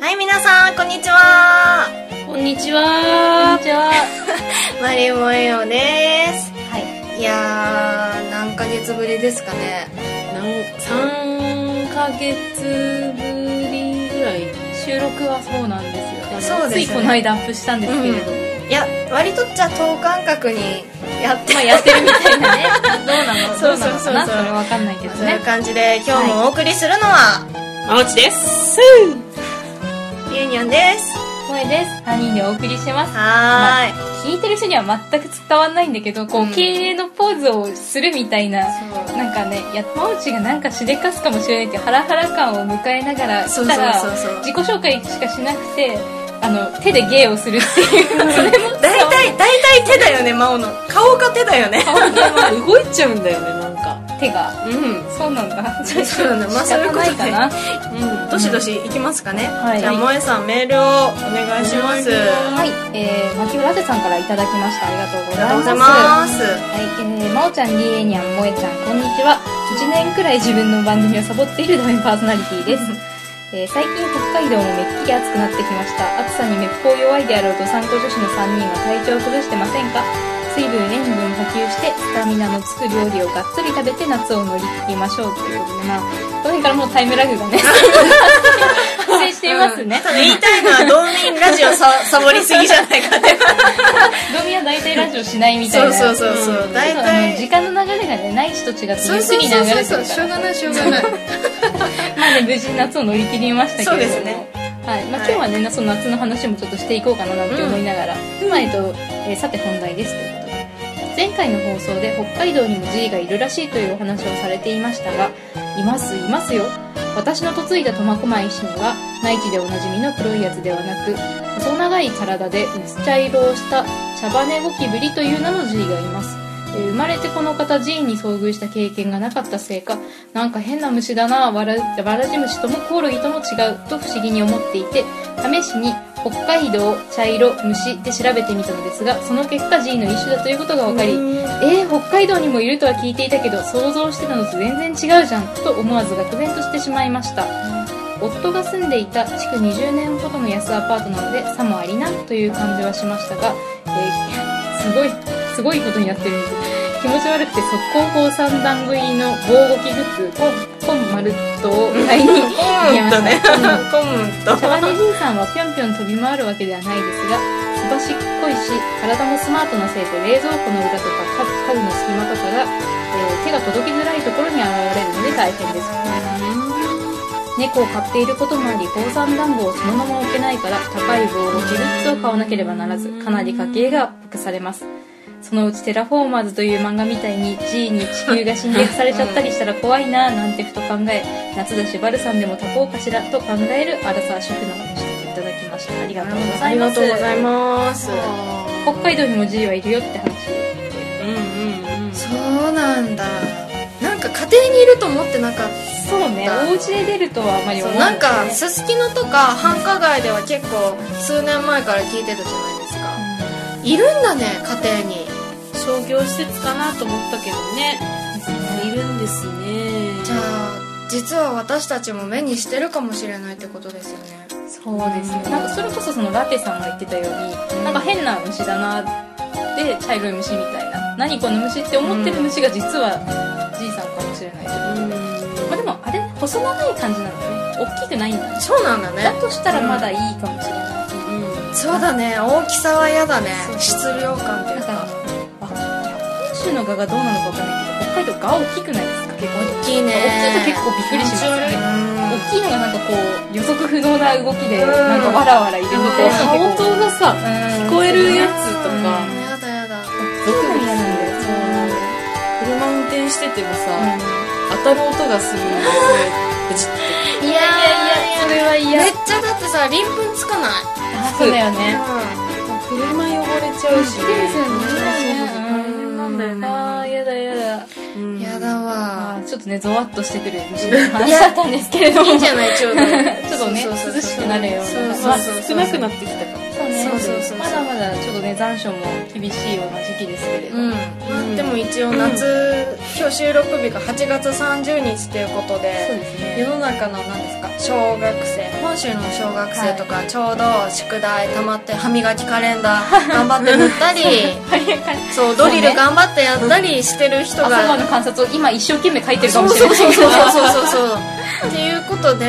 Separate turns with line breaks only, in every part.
はい、皆さん、こんにちは。
こんにちは。こんにちは。
マリモエオです。
はい。
いやー、何ヶ月ぶりですかね。
なん三ヶ月ぶりぐらい。
収録はそうなんですよ
そうですね
ついこの間アップしたんですけれども、
いや、割とじゃあ等間隔にやって、
まあやってるみたいなねどうなの
そ
ど
う
う
そう
な
そうそ
の
う
かなそれはわかんないけど
そういう
ね
感じで今日もお送りするのは、
まもちです。
ゆうにゃんです。
声です3人でお送りします
は
聞いてる人には全く伝わんないんだけどこう、
うん
経営のポーズをするみたいな
ーい。
なんかね山内がなんかしでかすかもしれないっていうハラハラ感を迎えながら
そう
来
そ
たら
うそうそう。
自己紹介しかしなくてあの手で芸をするっていうそれも
大体、大体手だよね、真央の。顔か手だよね。
顔が動いちゃうんだよね、なんか。
手が
うん。
そうなん だ
そうそうなんだまあそういうことで
仕方ないかな
うん。どしどしいきますかね。
はい
じゃあ、萌えさんメールをお願いします。
はい、えー、牧村瀬さんからいただきました。ありがとうご
ありが
ざ
と
いう
ご
ます。
ざいます。
はい、えー、まおちゃん、りえにゃん、もえちゃん、こんにちは。1年くらい自分の番組をサボっているダメパーソナリティ です。えー、最近北海道もめっきり暑くなってきました。暑さにめっぽう弱いであろうどさんこ女子の3人は体調を崩してませんか水分、塩分補給して、スタミナのつく料理をがっつり食べて夏を乗り切りましょうということで、まあ、この辺からもうタイムラグが ね、発生していますね。
ただ言いたいのは道民ラジオ さサボりすぎじゃないかって
ドミは大体ラジオしないみたい
そう
な。
そうそうそう
だ
大
いたい時
体
間の流れがね、ない人と違ってゆっくり流れてるから。
がないしょうがない
まあね、無事に夏を乗り切りましたけれども。
そうですね
はい。まあ、
は
今
い
日はね、その夏の話もちょっとしていこうかななんて思いながら。まあ、えっと、えーさて本題ですということで。前回の放送で北海道にも G がいるらしいというお話をされていましたが、います、いますよ。私の嫁いだ苫小牧市には、内地でおなじみの黒いやつではなく、細長い体で薄茶色をした茶羽ゴキブリという名の G がいます。えー生まれてこの方 G に遭遇した経験がなかったせいか、なんか変な虫だなわら、わらじ虫ともコオロギとも違うと不思議に思っていて、試しに北海道茶色虫で調べてみたのですが、その結果 G の一種だということが分かり、えー、北海道にもいるとは聞いていたけど想像してたのと全然違うじゃんと思わず愕然としてしまいました夫が住んでいた築20年ほどの安アパートなのでさもありなんという感じはしましたが、えーすごいすごいことになってるんです気持ち悪くて速攻高三段食いの棒ゴキグッズコンコンマルットを買いに行きま
コンと
し
ね
た、うん
コンと
シャバネじいさんはぴょんぴょん飛び回るわけではないですが、すばしっこいし、体もスマートなせいで冷蔵庫の裏とか家家具の隙間とかが、えー手が届きづらいところに現れるので大変です。猫を飼っていることもあり、高山暖房をそのまま置けないから、高い棒を置きグッズを買わなければならず、かなり家計が圧迫されます。そのうちテラフォーマーズという漫画みたいに G に地球が侵略されちゃったりしたら怖いなぁなんてふと考え、夏だしバルさんでも炊こうかしらと考えるアラサー主婦の話でいただきました。ありがとうございます。
います
北海道にも G はいるよって話。
うんうんうん。
そうなんだなんか家庭にいると思ってなかった
そうね、お家で出るとはあまり
そ
思
う
わ
な
な
ん
い、
かすすきのとか繁華街では結構数年前から聞いてたじゃないですかいるんだね家庭に
商業施設かなと思ったけどね。いるんですね。
じゃあ実は私たちも目にしてるかもしれないってことですよね
そうですね。なんかそれこそそのラテさんが言ってたように、なんか変な虫だなで茶色い虫みたいな。何この虫って思ってる虫が実は G さんかもしれないけど。まあ、でもあれ細長い感じなんだね大きくないんだね
そうなんだ
だ
ね
としたらまだいいかもしれない、
うん
そうだね大きさは嫌だね
そう
質量感ってい
だ
う
か
か
らあ本州の蛾がどうなのかわかんないけど北海道蛾大きくないですか結
大
構
きいね
大きいと結構びっくりしますよね
ね
大きいのがなんかこう予測不能な動き
う
で
ん
なんかわらわらいるみたいな
顔
結構
音がさ、
聞
聞こえるやつ
う
と
ん
か、
やだやだ
大きいのが嫌なんだよ
車運転してても
そうな
さ、
んだ
当たる音がするんですよ。ブチッ
いやい
いやいやそれは嫌
めっちゃだってさ鱗粉つかない
あそうだよね
車汚れちゃうしね。
うん
なんだよね
あーやだやだ
うん
やだ
あ
わ
ーちょっとねゾワッとしてくる虫の話だったんですけれども
いいじゃないちょうど
ちょっとね
そうそうそう
涼しくなるような
そうそう
まあ、
そうそう
少なくなってきたから。
そうね
そうそうそう
まだまだちょっとね残暑も厳しいような時期ですけれど、
うん
はい
まあでも一応夏今日収録日が8月30日っていうこと
そう
で
です
世
ね
の中の何ですか小学生の本州の小学生とかちょうど宿題たまって歯磨きカレンダ ー頑張って塗ったり
早く
そうドリル頑張ってやったりしてる人
朝ま
が
での観察を今一生懸命書いてるか
そう
もし
そう
れない
そう
け
そう
ど
そうそうそうっていうことで、
い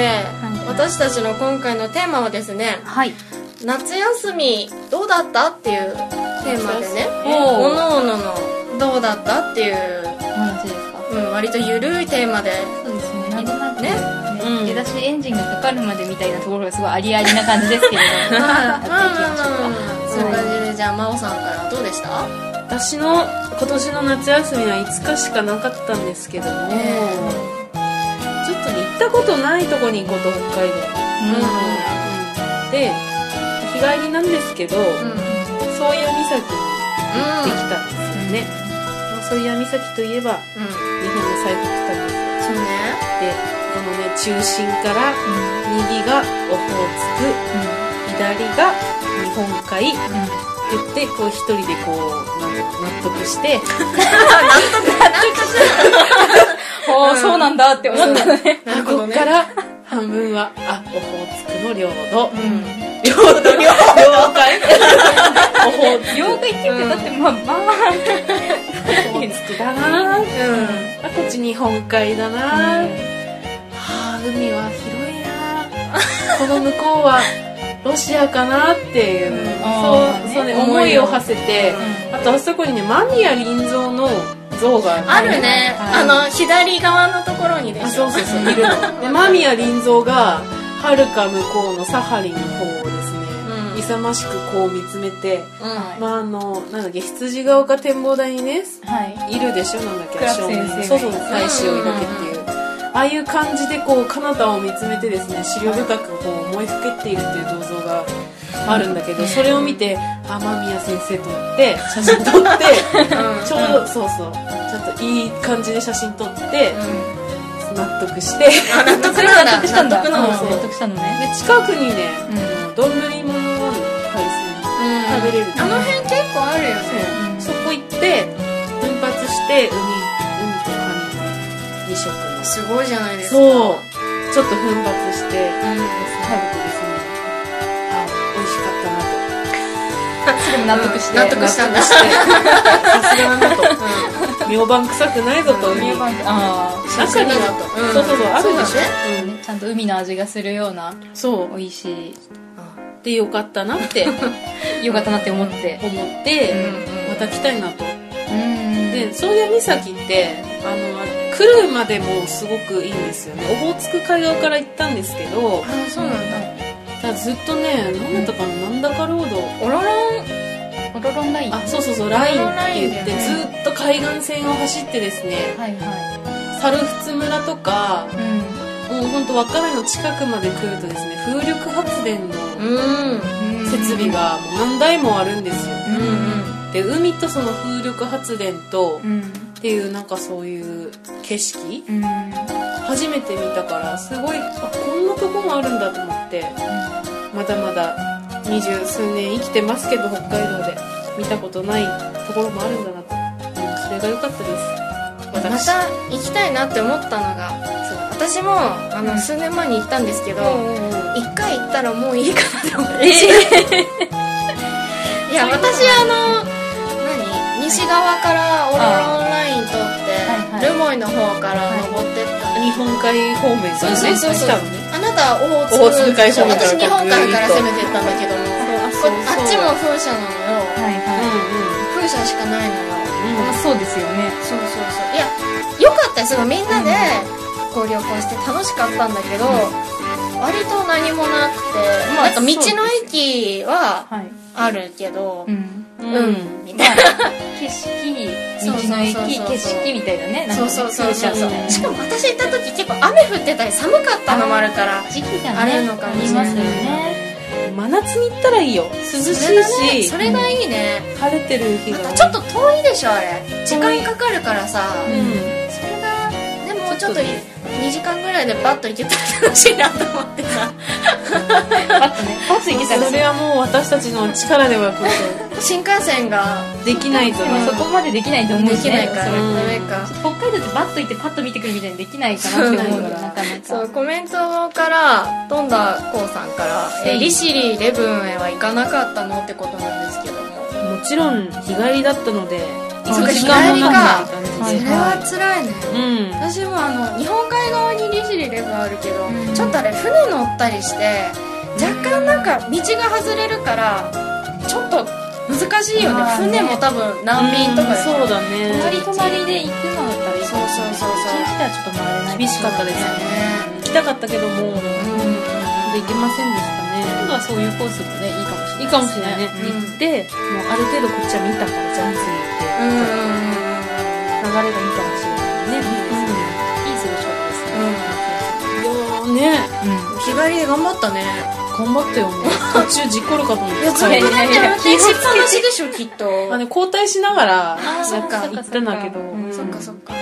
私たちの今回のテーマはですね
はい
夏休みどうだったっていうテーマでね
お
お
お
のおののどうだったっていう、
話ですか
うん、割とゆるいテーマで
そうですねなんとなく
ね
ね
うん
出だしエンジンがかかるまでみたいなところがすごいありありな感じですけれども
ま
や
あ
っていき
まあま
ましょうか
あそういう感じでじゃあ真央さんからどうでした
私の今年の夏休みは5日しかなかったんですけども、ちょっとね行ったことないとこに行こうと北海道、で日帰りなんですけど、
うんうん
宗谷岬に行ってきたんですよね、まあ宗谷岬といえば
うん
日本の最北端で
そうね
このね中心から右がオホーツク左が日本海って言ってこう一人でこうなん納得して
おおそうなんだって思ったのね
なるほ
こ
ど
っ
ね
から半分はあオホーツクの領土
うん
領土領海オホーツ
妖怪って言ってだってまあま
クオホーツクだなあ
う
こっち日本海だな
あ
あはあ海は広いなあこの向こうはロシアかなっていう、
うん
あー
そうそうね
ね
思いを馳せて、
う
あとあそこにね間宮林蔵の像が
んあるね
は
あ
い
の左側のところにで
あ
しょ
そうそうそういるので間宮林蔵がはるか向こうのサハリンの方をですね、
うん
勇ましくこう見つめて、
うん
はい
まああのなんだっけ羊ヶ丘展望台にね
はい
いるでしょなんだっけ
クラフ先生がいる
そうそう大使を描けっていうああいう感じでこう彼方を見つめてですね資料深くこう思いふけっているっていう銅像があるんだけどそれを見てあ間宮先生と思って写真撮
う
って
ん
ちょうどそうそうちょっといい感じで写真撮って
うん
納得して
あ納得なんだ
納得したんだ
納得なの
そう
納得したのね
で近くにね
うん
丼物の海鮮食べれる
あの辺結構あるよね
うん
そこ行って奮発して海海とカニ2食の
すごいじゃないですか
そうちょっと奮発し
う
て
ん
食べてですねあ美味しかったなと
でも納得して
納得したんだ
納得してさすがだなと明晩臭くないぞと
うん
海
ミューバンクあ
中には
そうだね
そうそうそうあるでし
そうだ
ょ
あ、
うん
ちゃんと海の味がするような
そう
美味しい
でよかったなって
よかったなって思って
思っ
う
て
ん
また来たいなと
うん
で宗谷岬ってあの来るまでもすごくいいんですよねオホーツク海側から行ったんですけど
あそうなんだ
ただずっとね何だったかななんだかロード
オロロン
オロロンライン
あ
は
そうそうそうラインって言っ
ライン
て
だよ
ずっと海岸線を走ってですね
いは
猿払村とか
いうん
もうほんと稚内の近くまで来るとですね風力発電の
うん
うん
設備がもう何台もあるんですよ
うん
で海とその風力発電と
うん
っていうなんかそういう景色
うん
初めて見たからすごいあこんなとこもあるんだと思ってまだまだ二十数年生きてますけど北海道で見たことないところもあるんだなと、うん、それが良かったです
また
私
行きたいなって思ったのがそう私もあの、
うん
数年前に行ったんですけど
うん
一、回行ったらもういいかなって思って
え
いや
そういうこと
私あの何西側からオロロンライン通って、
はいはい
ルモイの方から
はい
登ってった、
日本海方面か
そ
らね
うそうそうそう
来たのね
あなたはオホー
オホー
ツク
ツク海方面から
私日本海から
ぐーっ
攻
と
めてったんだけども
あ
こあっちも風車なのよ、
はいは
風車しかないのよ
うん
い
うん
まあそうですよね
そうそうそういや良かったですよみんなでこう旅行して楽しかったんだけど、割と何もなくて、
まあ
なんか道の
そう
駅は
はい
あるけど
うん
うん、
うん
みた
ま
い
あ
な
景色
そう
道の
そうそうそ
駅
う
景色みたいなねなん か
そう
ね
そうそうそう
風車みたいな
しかも私行った時結構雨降ってたり寒かったのもあるから
時期がね
あれのかも
あ
し
り
れな
ま
い
すよね
真夏に行ったらいいよ涼しい
それがね
し、
それがいいね、
晴れてる日
ま
が
たちょっと遠いでしょあれ時間かかるからさ、
うん
それがねもうちょっと
ちょっとね
2時間ぐらいでバッと行けたら楽しいなと思ってた
パッとねパッといけたら
それはもう私たちの力ではちょ っ
新幹線が
とできないと
まあ
ね
そこまでできないと思う
で
し
き
ね
ないからダ
それ
メか
北海道ってバッと行ってパッと見てくるみたいにできないかなって思うのなかな
そう
か
コメントから飛んだこうさんから「え
うん
利尻レブンへは行かなかったの?」ってことなんですけども
もちろん日帰りだったので
そっか
一時間もかかったんです
そ
はい
れは辛いね、
うん
私もあの日本海側に利尻レブンあるけど、
うん
ちょっとあれ船乗ったりして若干なんか道が外れるからちょっと難しいよね,、
まあね
船も多分難民とかでしょ
そうだね
泊まり泊まりで行くのだったらいいかもしれない
そうそうそうそう
一日ではちょっと回れない
厳しかったですね行きたかったけども
う
で
ん
今
きませんでしたね
度はそういうコースもねいいかもしれない
いいかもしれないね、
うん
行ってもうある程度こっちは見たからじゃあ次行って
うんうんうん
流れがいいかもしれないね、
いい過ごし方ですね
うん、いやーね
うん
日帰りで頑張ったね
頑張ったよもう途中事故るかと思っ
いや
て
ずっとだって
いやいや
運
いや
転しっぱなしでしょきっと
まあね、交代しながら
あそっか
なん行ったんだけど、
うん
そっかそっか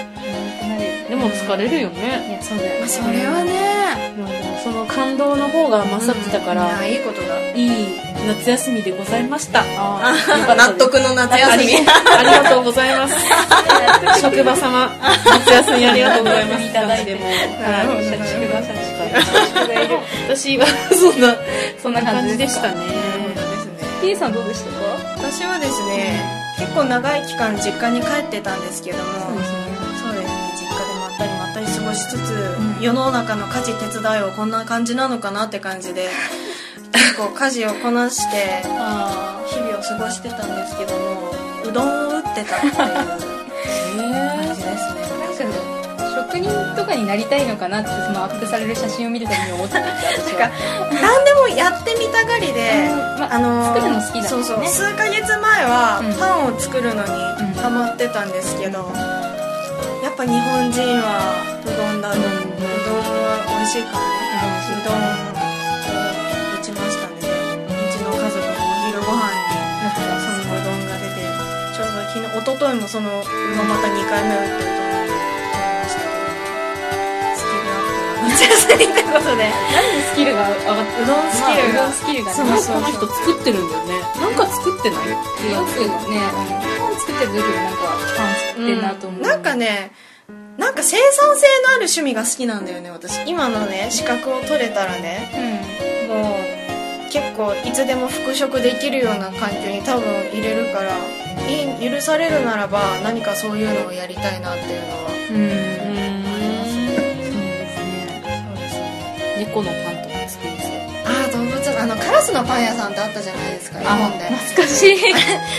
でも疲れるよね
いやそうだよ
まあ
ね
それはね
まあでもその感動の方が勝ってたから、
うんあいいことだ
いい夏休みでございました
あー
よかったです
の夏
ありありがとうございます 職場様夏休みありがとうございます
いただいても
なるほ
は
ど
い
なるほど
社畜がいる
私はそんな
そんな感
感
じ
じ
で
で
し
したたね
P さんどうでしたか
私はですね結構長い期間実家に帰ってたんですけどもそうですね実家でまったりまったり過ごしつつ、
うん
世の中の家事手伝いはこんな感じなのかなって感 じで結構家事をこなして
あ
日々を過ごしてたんですけどもうどんを打ってたっていう感じですね
あなんか職人とかになりたいのかなってそのアップされる写真を見るたびに思ってたんです
なんか何でもやってみたがりで、
ま
あのー
作るの好きだも
そう
んね
そう数ヶ月前は
うん
パンを作るのに
ん
ハマってたんですけど、やっぱ日本人はうどんだうどんうどんは美味しいからねうどんを打ちましたねうちの家族のお昼ご飯にそのうどんが出てちょうど昨日一昨日もそのうどんまた2回目打ってうどんを食べました けど好きになったな夏休みってことで
スキルが上がって
うどんスキルが
まあうどんスキルがね
そう
この人作ってるんだよねなんか作ってない
よくねパン作ってる時もなんかパン作ってんなと思う、
なんかねなんか生産性のある趣味が好きなんだよね私今のね資格を取れたらね
う
もう結構いつでも復職できるような環境に多分入れるからい許されるならば何かそういうのをやりたいなっていうのは
んうん
う
そう
ーん
ですね
そうですね
猫のパンとか作りそう
ああ動物あのカラスのパン屋さんってあったじゃないですか絵
あ
本で
懐かしい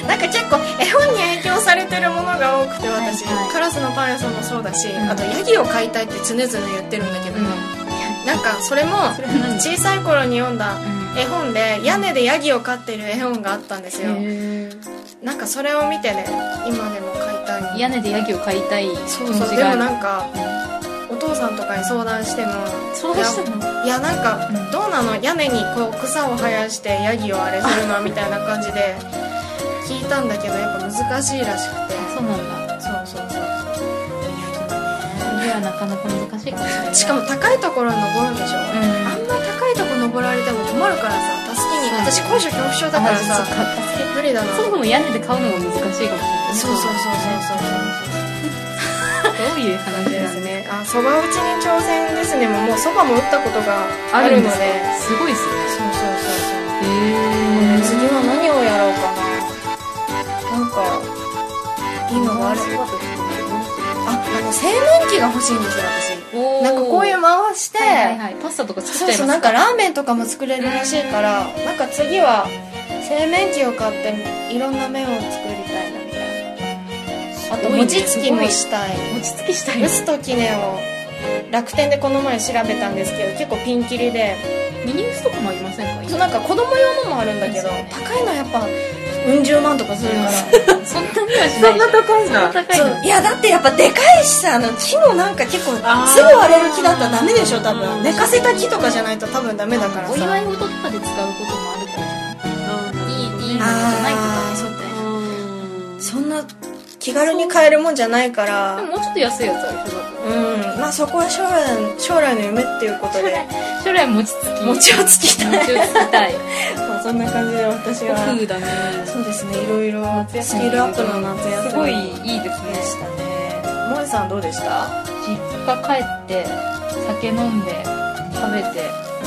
なんか結構絵本に影響されてるものが多くて私、
はいはい
カラスのパン屋さんもそうだし、
ん
あとヤギを飼いたいって常々言ってるんだけど、
うん
なんかそれも
それは何
小さい頃に読んだ
うん
絵本で屋根でヤギを飼ってる絵本があったんですよ
へー
なんかそれを見てね今でも飼いたいの
屋根でヤギを飼いたい気持
そうそう
ち
でも
がある
なんかお父さんとかに相談しても
相談したの
いやなんか
うん
どうなの屋根にこう草を生やしてヤギをあれするのみたいな感じで聞いたんだけどやっぱ難しいらしくて
そうなんだ
そうそうそう
家はなかなか難しいかもしれない
しか
も
も高いところに登るでしょ、
うん
あんな高いとこ登られても困るからさ助けに私高所恐怖症だからさ無理だな
そもそも屋根で飼うのが難しいかもしれない
そうそうそうそうそう
どういう話
で
ですすね
ねあそば打ちに挑戦ですねもうもうそばも打ったことがあるのです
ごいっすね
そうそうそう
へ
そう、
え
次は何をやろうかななんかいいのがあるああの製麺機が欲しいんですよ私なんかこういう回して、
はいはいはいパスタとか作
そ
っ
う
ちゃい
そうな
ます
んかラーメンとかも作れるらしいからなんか次は製麺機を買っていろんな麺を作りたいなみたいなあと餅つきもしたい
餅つきしたい
ブスとキネを楽天でこの前調べたんですけど結構ピンキリで
ミニウスとかもありませんか
そうなんか子供用のもあるんだけど高いのやっぱうん十万とかするから
そんなにはしない
高いんだ
高い
そ
の
ういやだってやっぱでかいしさあの木もなんか結構
あー
すぐ割れる木だったらダメでしょ多
う
分
ん
寝かせた木とかじゃないと多分ダメだからさ
お祝い事とかで使うこともあるからいいいいものじゃないとかね
あーそっ
か
そんな気軽に買えるもんじゃないか
でも
ら
もうちょっと安いやつあるでしょだって
うんまあそこは将来将来の夢っていうこと で
将来餅つき
餅をつきたい
餅をつきたい
そうそんな感じで私は
工夫だね
そうですねいろいろスキルアップの夏休み
すごいいいですね
でしたね萌えさんどうでした
実家帰って酒飲んで食べて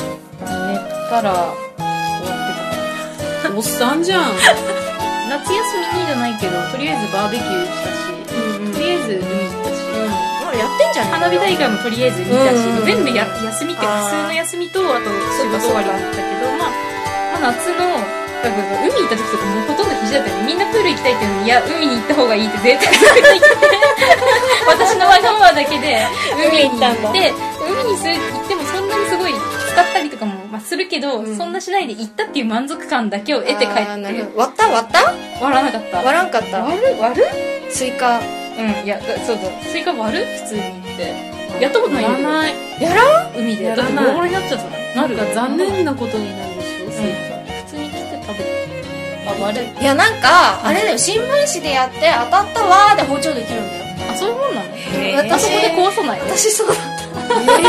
寝たら終わってたおっさんじゃん夏休みにじゃないけどとりあえずバーベキュー来たし
うんうん
とりあえず海行ったし
もうやってんじゃない
花火大会もとりあえず行ったし、
うん
全部や休みっていうか
あー
普通の休みとあと仕事終わりだったけどまあ、まあ、夏のだから海行った時とかもうほとんど肘だったよねみんなプール行きたいって言うのにいや海に行った方がいいって絶対言って 私のわがままだけで海
海行
に行
った
っ
んだ
て海にす行ってもそんなにすごい使ったりとかも、まあ、するけど、
うん
そんなしないで行ったっていう満足感だけを得て帰
あー
っ
なるほ
て
ど割った割った
割らなかった
割らんかった
割る割る
スイカ
うんいやだそうそうスイカ割る普通に行ってやったことないよ
やらない
やらん
海で
や
だ
ら
っ
な
て
い
ボロボロになっちゃったの
なんか残
うん
念なことになるでしょ、ス
普通
イ
に来て食べてあ割れ
いやなんかあれだよ新聞紙でやって当たったわーで包丁できるんだよ
あそういうもんなの
へー
あそこで壊さないの
私そうだ
カえ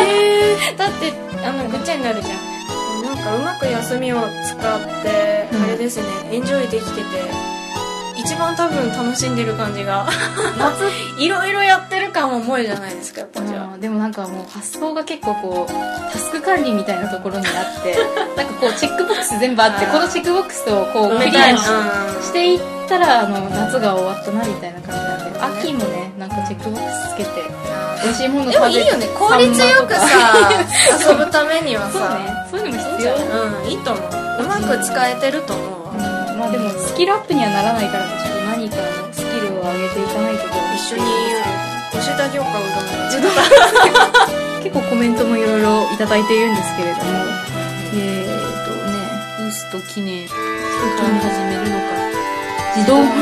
ー
だってあのぐっちゃになるじゃんなんかうまく休みを使って、
うん
あれですねエンジョイできてて一番多分楽しんでる感じが いろいろやってる感は萌えじゃないですかやっぱじゃあ
うんでもなんかもう発想が結構こうタスク管理みたいなところにあって なんかこうチェックボックス全部あって
あー
このチェックボックスをこう
うん
クリ
たい
ア
な
し
うん
していったらあの夏が終わったなみたいな感じなんで、
ね
秋もねなんかチェックボックスつけて
あ
美味しいもの
ーでも
食べ
い
て
いよね効率よくさ遊ぶためには
そう
さ
ねそういうの
いいん
も必
じ
要
ゃないうんいいと思ううまく使えてると思うわ
まあでもスキルアップにはならないからちょっと何かのスキルを上げていかないところ
一緒に教えてあげようかうどんう
結構コメントもいろいろいただいているんですけれどもえー、とね
ウスと記念
人
読み
と
始めるのか
自動
あ好き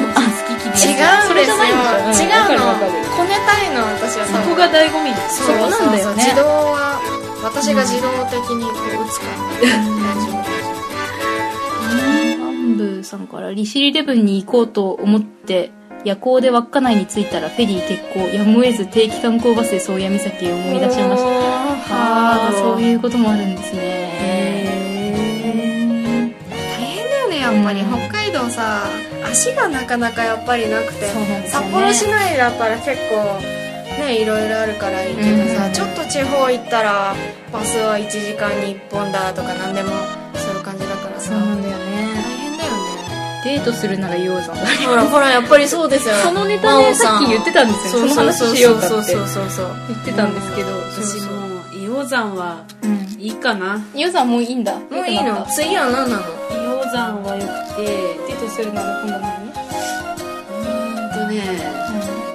嫌い
違うんですよ
それじゃないんでしょうん
違うの
わかるわかる
こねたいの私はさ
そこが醍醐味です
そこなんだ
そうそうそ
よね
う自動は私が自動的にこう打つから
南部さんから利尻レブンに行こうと思って夜行で稚内に着いたらフェリー欠航やむを得ず定期観光バスで宗谷岬へ思い出しましたあ
あ
あ
ー
そう
う
いうこともあるんですね
大変だよねやっぱり
うん
北海道さ足がなかなかやっぱりなくて
そうなんですよ
札
ね
幌市内だったら結構ねいろいろあるからいいけどさ、
うん
ちょっと地方行ったらバスは1時間に1本だとか何でもそういう感じだからさ
そうなんだよね
大変だよね
デートするなら洋山
ほらほらやっぱりそうですよ
そのネタ
真
ね、
央
さ
さ
っ
ん
き言ってたんですよね。その話しようかって
そうそうそう
言ってたんですけど、
私
私も。
もう硫黄山は
うん。
いいかな
洋山もういいんだ。
もういいの次は何なの
硫黄山はよくて
デートするなら今度何
うーんとね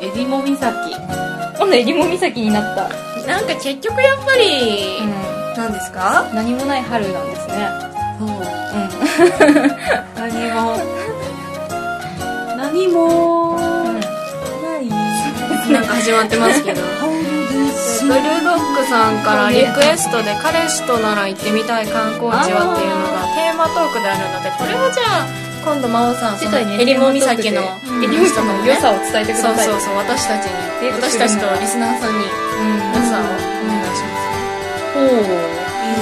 えりも岬
今度、えりも岬になった。
なんか結局やっぱり、
ん。
なんですか
何もない春なんですね。
そう
う
何も何も
ん。
ない
なんか始まってますけどブルドックさんからリクエストで「彼氏となら行ってみたい観光地は」っていうのがテーマトークであるのでこれをじゃあ今度真央さんそ
世
の
界に
えりも岬の
えりも
話と
岬
かも
の
ね
良さを伝えてく
そ
だ
う
さい。
そうそう私たちに
デートす
私
るな
たち
ら
とリスナーさんに
うん。
良さをお願いしま
ほういい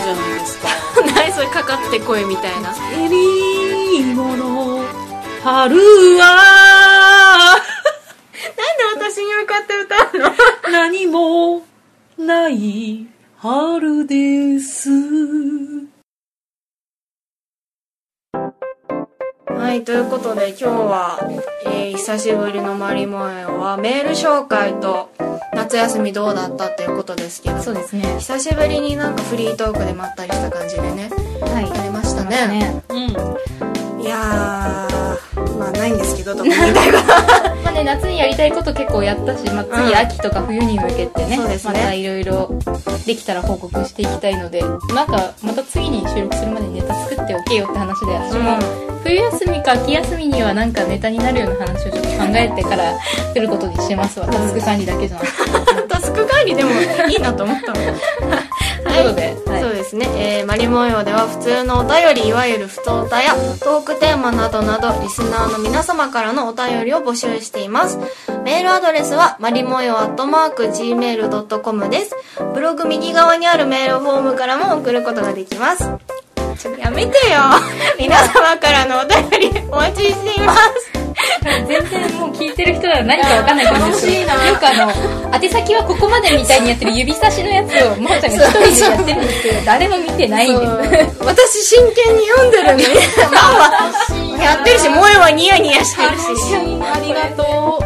じゃないですか
す何それかかってこいみたいな
えりもの
なん
春は
で 私に向かって歌うの
何もない春です
はい、ということで今日は、えー久しぶりのマリモエはメール紹介と夏休みどうだったっていうことですけど
そうですね。
久しぶりになんかフリートークでまったりした感じでね
はい。
やりましたね
ね。
うん
いやーまあないんです けどとか言いたいこ
まあね、夏にやりたいこと結構やったし、まあ
う
次
ん
秋とか冬に向けてね、
そうです
ま
ね
たいろいろできたら報告していきたいので、なんかまた次に収録するまでネタ作っておけよって話で、私
と
も冬休みか秋休みにはなんかネタになるような話をちょっと考えてから来ることにしてますわ。タスク管理だけじゃなくて。
タスク管理でもいいなと思ったもん、
ということで、
そう
はい。
ですですね、えーマリモよでは普通のお便りいわゆる不登歌やトークテーマなどなどリスナーの皆様からのお便りを募集していますメールアドレスはマリモよ gmail.com ですブログ右側にあるメールフォームからも送ることができますちょっとやめ てよ皆様からのお便りお待ちしています
全然もう聞いてる人は何かわかんない感じですよよくあの宛先はここまでみたいにやってる指差しのやつを真央ちゃんが一人でやってるんですけど誰も見てないんです
私真剣に読んでるのに ママやってるし萌えはニヤニヤしてるし
ありがと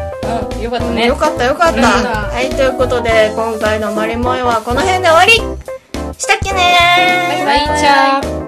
うんよかったね
よかったよかった、
ん
はいということで今回の「マリモエ」はこの辺で終わりしたっけねー
バイチャー